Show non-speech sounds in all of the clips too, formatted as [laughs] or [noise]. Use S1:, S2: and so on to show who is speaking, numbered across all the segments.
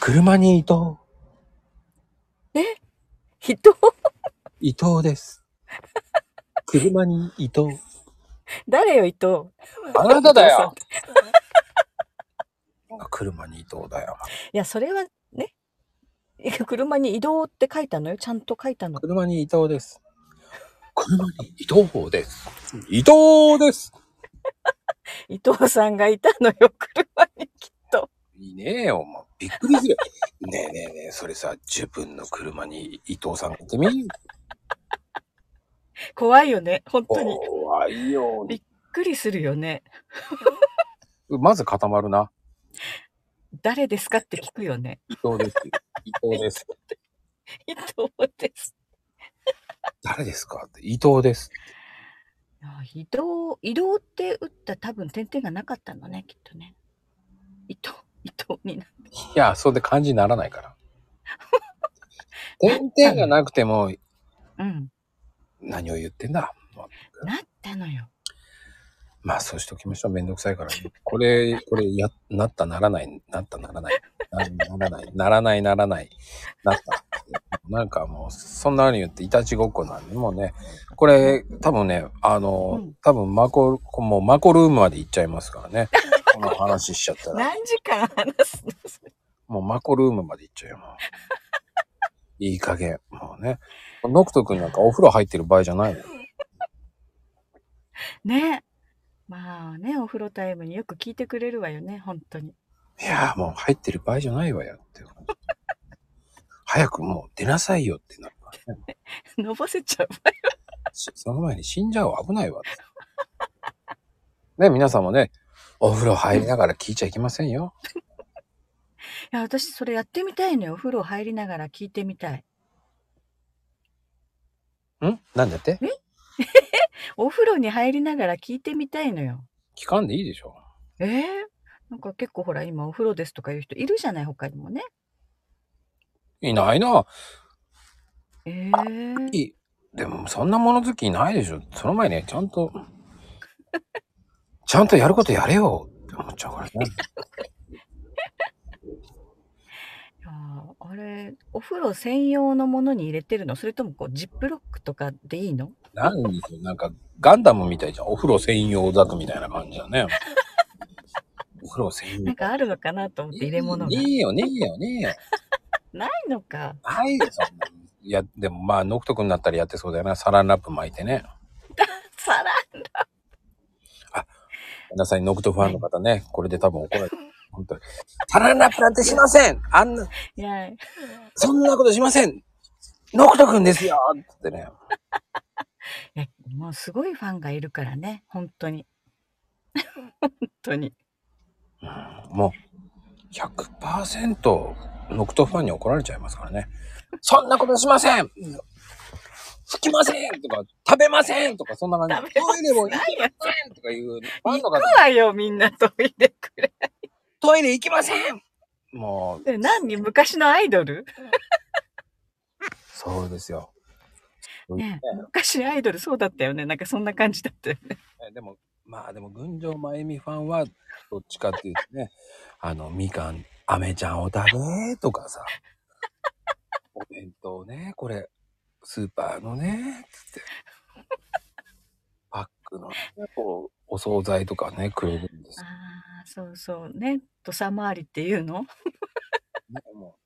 S1: 車に伊藤。
S2: 人 [laughs]
S1: 伊藤 [laughs] です。車に伊藤。
S2: 誰よ、伊藤。
S1: あなただよ。車に伊藤だよ。
S2: いや、それはね。いや車に移動って書いたのよ。ちゃんと書いたの。
S1: 車に伊藤です。車に伊藤です。伊藤です。
S2: 伊藤さんがいたのよ。 [laughs] 車にきっと。
S1: いねえよ、もう。びっくりするよ。 [laughs] ねえねえねえ、それさ、自分の車に伊藤さん乗ってみ
S2: 怖いよね。本当に。びっ
S1: 怖いよ。
S2: くりするよね。
S1: まず固まるな。
S2: 誰ですかって聞くよね。
S1: 伊藤です。伊藤です。
S2: 伊藤です。
S1: [laughs] 誰ですかって。伊藤です。
S2: あ移動、移動って打ったら多分点々がなかったのね、きっとね。伊藤、伊藤にな。
S1: いや、それで漢字にならない [laughs] から。点々がなくても、
S2: うん。
S1: 何を言ってんだ。
S2: なったのよ。
S1: まあ、そうしときましょう。めんどくさいから。これ、これ、や、なった、ならない、なった、ならない。なならない、ならない、ならない。なった。なんかもう、そんなに言って、いたちごっこなんで、もうね、これ、多分ね、あの、
S2: うん
S1: 多分マコ、もうマコルームまで行っちゃいますからね。この話しちゃったら。
S2: 何時間話すのそれ
S1: もうマコルームまで行っちゃうよ、もう。いい加減。もうね。ノクト君なんかお風呂入ってる場合じゃないの。
S2: ね。まあね、お風呂タイムによく聞いてくれるわよね、本当に。 [laughs]
S1: いやーもう入ってる場合じゃないわよって。早くもう出なさいよってなるからね。
S2: のぼせちゃう [laughs] わ。
S1: しその前に死んじゃうわ危ないわって。ね、皆さんもね、お風呂入りながら聞いちゃいけませんよ。
S2: いや、私それやってみたいのよ。お風呂入りながら聞いてみたい。
S1: んなんだって
S2: お風呂に入りながら聞いてみたいのよ。
S1: 聞かんでいいでしょ。
S2: えー、なんか結構ほら、今お風呂ですとか言う人いるじゃない、他にもね。
S1: いないな。
S2: えー、
S1: いいでもそんな物好きいないでしょ。その前ね、ちゃんと、ちゃんとやることやれよって思っちゃうからね。
S2: いやーあれ、お風呂専用のものに入れてるのそれともこう、ジップロックとかでいいの
S1: なんですよ。なんか、ガンダムみたいじゃん。お風呂専用だとみたいな感じだね。 [laughs] お風呂専
S2: な
S1: 用
S2: ん。かあるのかなと思って入れ物が。
S1: ねえよ、ねえよ、ねえよ。
S2: ないのか。
S1: はい、そんな。いや、でもまあ、ノクト君になったらやってそうだよな。サランラップ巻いてね。
S2: さら
S1: ごめんなさい、ノクトファンの方ね。これで多分怒られる。本当に。サランラップなんてしませんあんな、
S2: いやい
S1: そんなことしませんノクト君ですよってね。
S2: や、もうすごいファンがいるからね、本当に。本当に。
S1: もう100%ノクトファンに怒られちゃいますからね。そんなことしません吹きませんとか、食べませんとか、そんな感じ。
S2: 食べま
S1: トイレも行き
S2: ないよ。
S1: ませんとかいう、ファン
S2: 行
S1: の
S2: く
S1: 方、
S2: わよ、みんなトイレくれ。
S1: トイレ行きませんもう、
S2: で何に昔のアイドル
S1: そうですよ。
S2: ね
S1: そういう
S2: 昔アイドルそうだったよね。なんかそんな感じだったよね。
S1: ねでも、まあでも、群青まゆみファンは、どっちかっていうとね、 [laughs] あの、みかん、あめちゃんを食べとかさ、 [laughs] お弁当ね、これ、スーパーのね、つって、パックのね、こう、お惣菜とかね、くれるんです
S2: ああ、そうそうね。土佐回りっていうの
S1: ね、も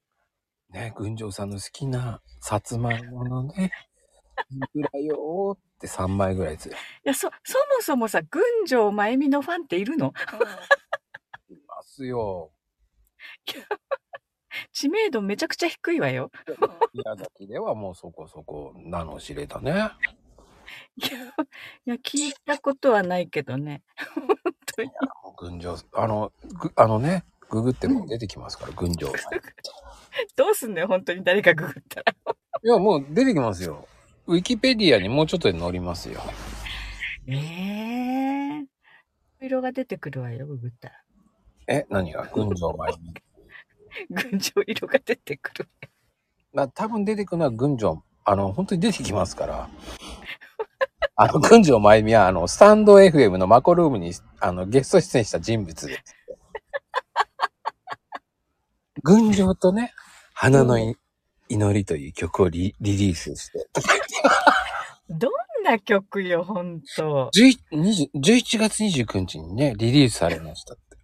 S1: う、ね、群青さんの好きな、さつまいものね、天ぷらよーって3枚ぐらいつ、
S2: いや、そ、そもそもさ、群青まゆみのファンっているの
S1: いますよ。
S2: 知名度めちゃくちゃ低いわよ。
S1: 宮崎ではもうそこそこ、名の知れたね。
S2: いや、いや聞いたことはないけどね。
S1: 群青あのぐあのねググっても出てきますから、群青
S2: どうすんのよ、本当に誰かググったら。
S1: いやもう出てきますよウィキペディアにもうちょっとで載りますよ
S2: ええ色が出てくるわよ、ググったら。
S1: え何が群青まゆみ
S2: [laughs] 群青色が出てくる。
S1: まあ多分出てくるのは群青あの本当に出てきますから [laughs] あの群青まゆみはあのスタンド FM のマコルームにあのゲスト出演した人物です群青とね、花のい、祈りという曲をリリリースして、
S2: どんな曲よ、ほんと。
S1: 11 20 11月29日にね、リリースされましたって。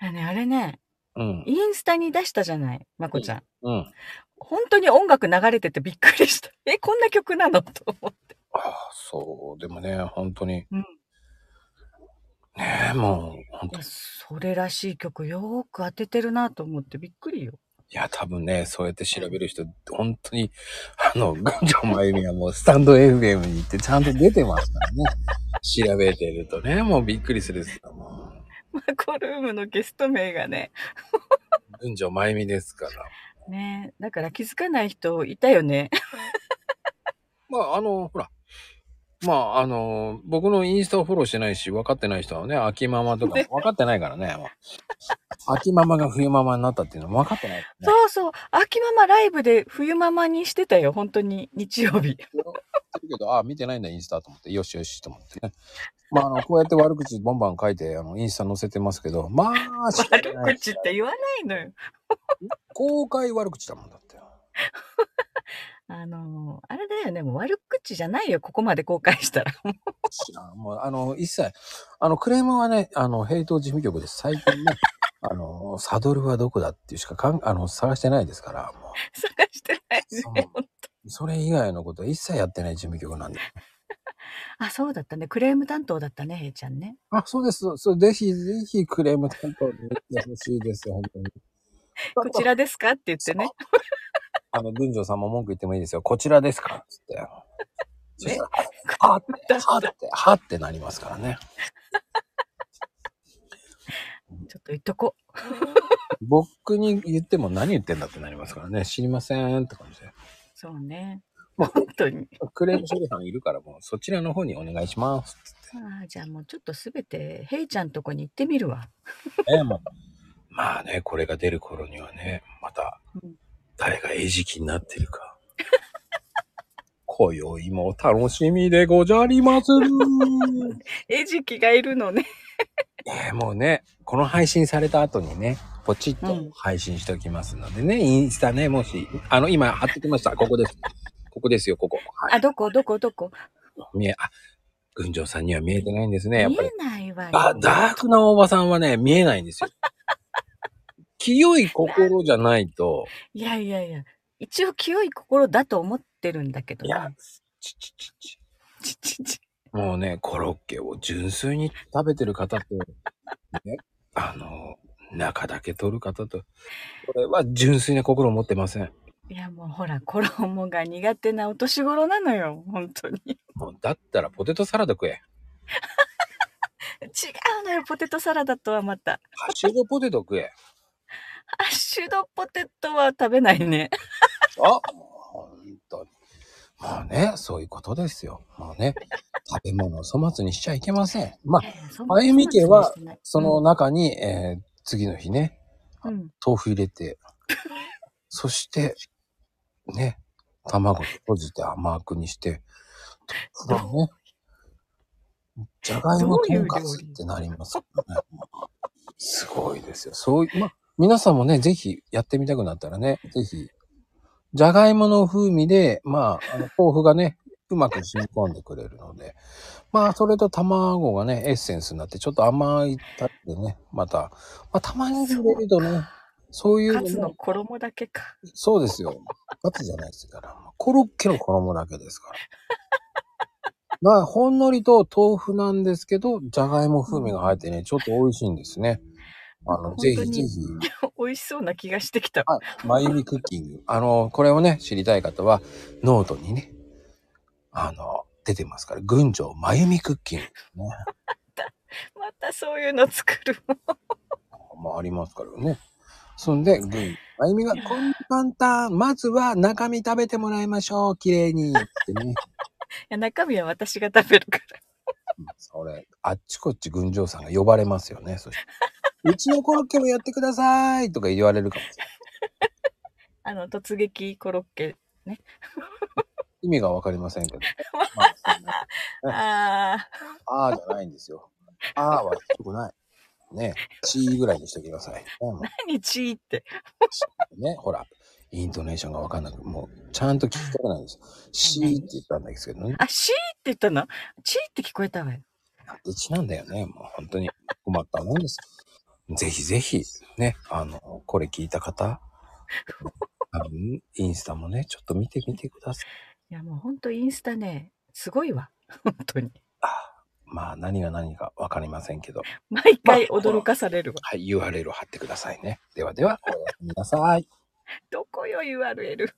S2: あ,、ね、あれね、
S1: うん。
S2: インスタに出したじゃない、まこちゃん。
S1: うん。
S2: 本当に音楽流れててびっくりした。 [laughs] え、こんな曲なのと思って。
S1: ああ、そう。でもね、本当に。
S2: うん
S1: ねえ、もう、本
S2: い
S1: 当に。
S2: やそれらしい曲よーく当ててるなと思ってびっくり [laughs] よ。
S1: いや、多分ね、そうやって調べる人、本当に、あの、群青まゆみはもうスタンド FM に行ってちゃんと出てますからね。調べてるとね、もうびっくりするんですよ。も
S2: マコルームのゲスト名がね。
S1: う群青まゆみですから。
S2: ねだから気づかない人いたよ [laughs] ね。
S1: まあ、あの、ほら。まあ、あの、僕のインスタをフォローしてないし、分かってない人はね、秋ママとか分かってないからね。もう秋ママが冬ママになったっていうのは分かってないからね、
S2: そうそう。秋ママライブで冬ママにしてたよ。本当に日曜 [laughs] 日。
S1: だけど、あ、見てないんだ、インスタと思って、よしよしと思って [laughs] ね。まあ、あの、こうやって悪口バンバン書いて、あの、インスタ載せてますけど、まあ、知らない
S2: 悪口って言わないのよ。
S1: 公開悪口だもんだって。
S2: あのーあれだよね。もう悪口じゃないよ。ここまで公開したら。 [laughs]
S1: 知らん。もう、あの、一切、あの、クレームはね、あの、ヘイト事務局です。最近ね、 [laughs] あの、サドルはどこだっていうしかかん、あの、探してないですから、もう。
S2: 探してない
S1: そう
S2: ね。
S1: それ以外のことは一切やってない事務局なんで。
S2: あ、そうだったね。クレーム担当だったね、へいちゃんね。
S1: あ、そうです。そうそうぜひ、ぜひクレーム担当に行ってほしいです、本当に。
S2: こちらですかって言ってね。 [laughs]
S1: [laughs] あの、文章さんも文句言ってもいいですよ。こちらですかつっ
S2: [laughs]
S1: て。そしたらはって、
S2: 出し
S1: はって、はってなりますからね。
S2: ちょっと言っとこう。
S1: 僕に言っても何言ってんだってなりますからね。知りませんって感じで。
S2: そ
S1: [laughs]
S2: うね。
S1: も
S2: 本当に。
S1: クレーム処理班いるからもうそちらの方にお願いしますっつっ
S2: あーじゃあもうちょっとすべて、へいちゃんとこに行ってみるわ。 [laughs]
S1: て。ね、もうまあね、これが出る頃にはね、また
S2: うん
S1: 誰が餌食になってるか。 [laughs] 今宵も楽しみでござりまする。
S2: 餌食がいるのね。 [laughs]
S1: えーもうね、この配信された後にね、ポチッ
S2: うん
S1: と配信しておきますのでね、インスタね、もし、あの、今貼ってきました。ここです。 [laughs] ここですよ、ここ。は
S2: あ、
S1: い。
S2: どこどこどこ
S1: 見え、あ、群青さんには見えてないんですね、やっ
S2: 見
S1: ぱり
S2: え。ないわよ。
S1: あ、ダークなおばさんはね、見えないん
S2: [laughs]
S1: ですよ。清い心じゃないと、
S2: いやいやいや。一応清い心だと思ってるんだけど
S1: い
S2: ね。
S1: や、ちちちち。
S2: ちちち。
S1: もうね、コロッケを純粋に食べてる方と、ね、あの、中だけ取る方と、これは純粋な心を持ってません。
S2: [laughs] いやもうほら、衣が苦手なお年頃なのよ。本当に。違
S1: もうだったらポテトサラダ食え。
S2: うのよ。ポテトサラダとはまた。
S1: ハッシュドポテト食え。
S2: ハッシュドポテトは食べないね。
S1: あもう本当に。もうね、そういうことですよ。もうね、食べ物を粗末にしちゃいけません。まあ、 [laughs] あゆみ家はその中に、えー次の日ね、
S2: うん、うん
S1: 豆腐入れて、そして、ね、卵閉じて甘くにして、豆腐がね、じゃがいもとんかつってなりますからね。すごいですよ。そういう、ま、皆さんもね、ぜひやってみたくなったらね、ぜひ、じゃがいもの風味で、まあ、あの豆腐がね、うまく染み込んでくれるので、まあ、それと卵がね、エッセンスになって、ちょっと甘いたってね、また、まあ、たまに入れるとね、そういう
S2: カツ
S1: も
S2: の衣だけか。
S1: そうですよ。カツじゃないですから。コロッケの衣だけですから。 [laughs] まあ、ほんのりと豆腐なんですけど、じゃがいも風味が入ってね、ちょっと美味しいんですね。あの、
S2: 本当
S1: ぜ
S2: に
S1: ひぜひ、
S2: 美味しそうな気がしてきた。
S1: はい、まゆみクッキング。あの、これをね、知りたい方は、ノートにね、あの、出てますから、群青まゆみクッキング、ね。
S2: またそういうの作る。
S1: まあ、ありますからね。そんで、群まゆみが、こんな簡単。まずは中身食べてもらいましょう。綺麗に。ってね。
S2: いや中身は私が食べるから。
S1: それあっちこっち群青さんが呼ばれますよねそして「うちのコロッケもやってください」とか言われるかもしれない
S2: あの、突撃コロッケ。
S1: 意味が分かりませんけど、まあ、そんな
S2: ああ、
S1: あーじゃないんですよあーはよくないね、C ぐらいにしときなさい。ねも
S2: 何ちーって。
S1: うね、ほら、イントネーションがわかんなく、もう、ちゃんと聞きたくないんです。C って言ったんですけどね、
S2: あ、しーって言ったのちーって聞こえたわよ。
S1: うちなんだよね。もう本当に困ったもんです。ぜひぜひ、ね、あの、これ聞いた方、あのインスタもね、ちょっと見てみてください。
S2: いや、もうほんとインスタね、すごいわ。本当に。
S1: まあ、何が何かわかりませんけど、
S2: 毎回驚かされるわ。
S1: はい、URL を貼ってくださいね。ではでは、おやすみなさい。
S2: どこよ URL。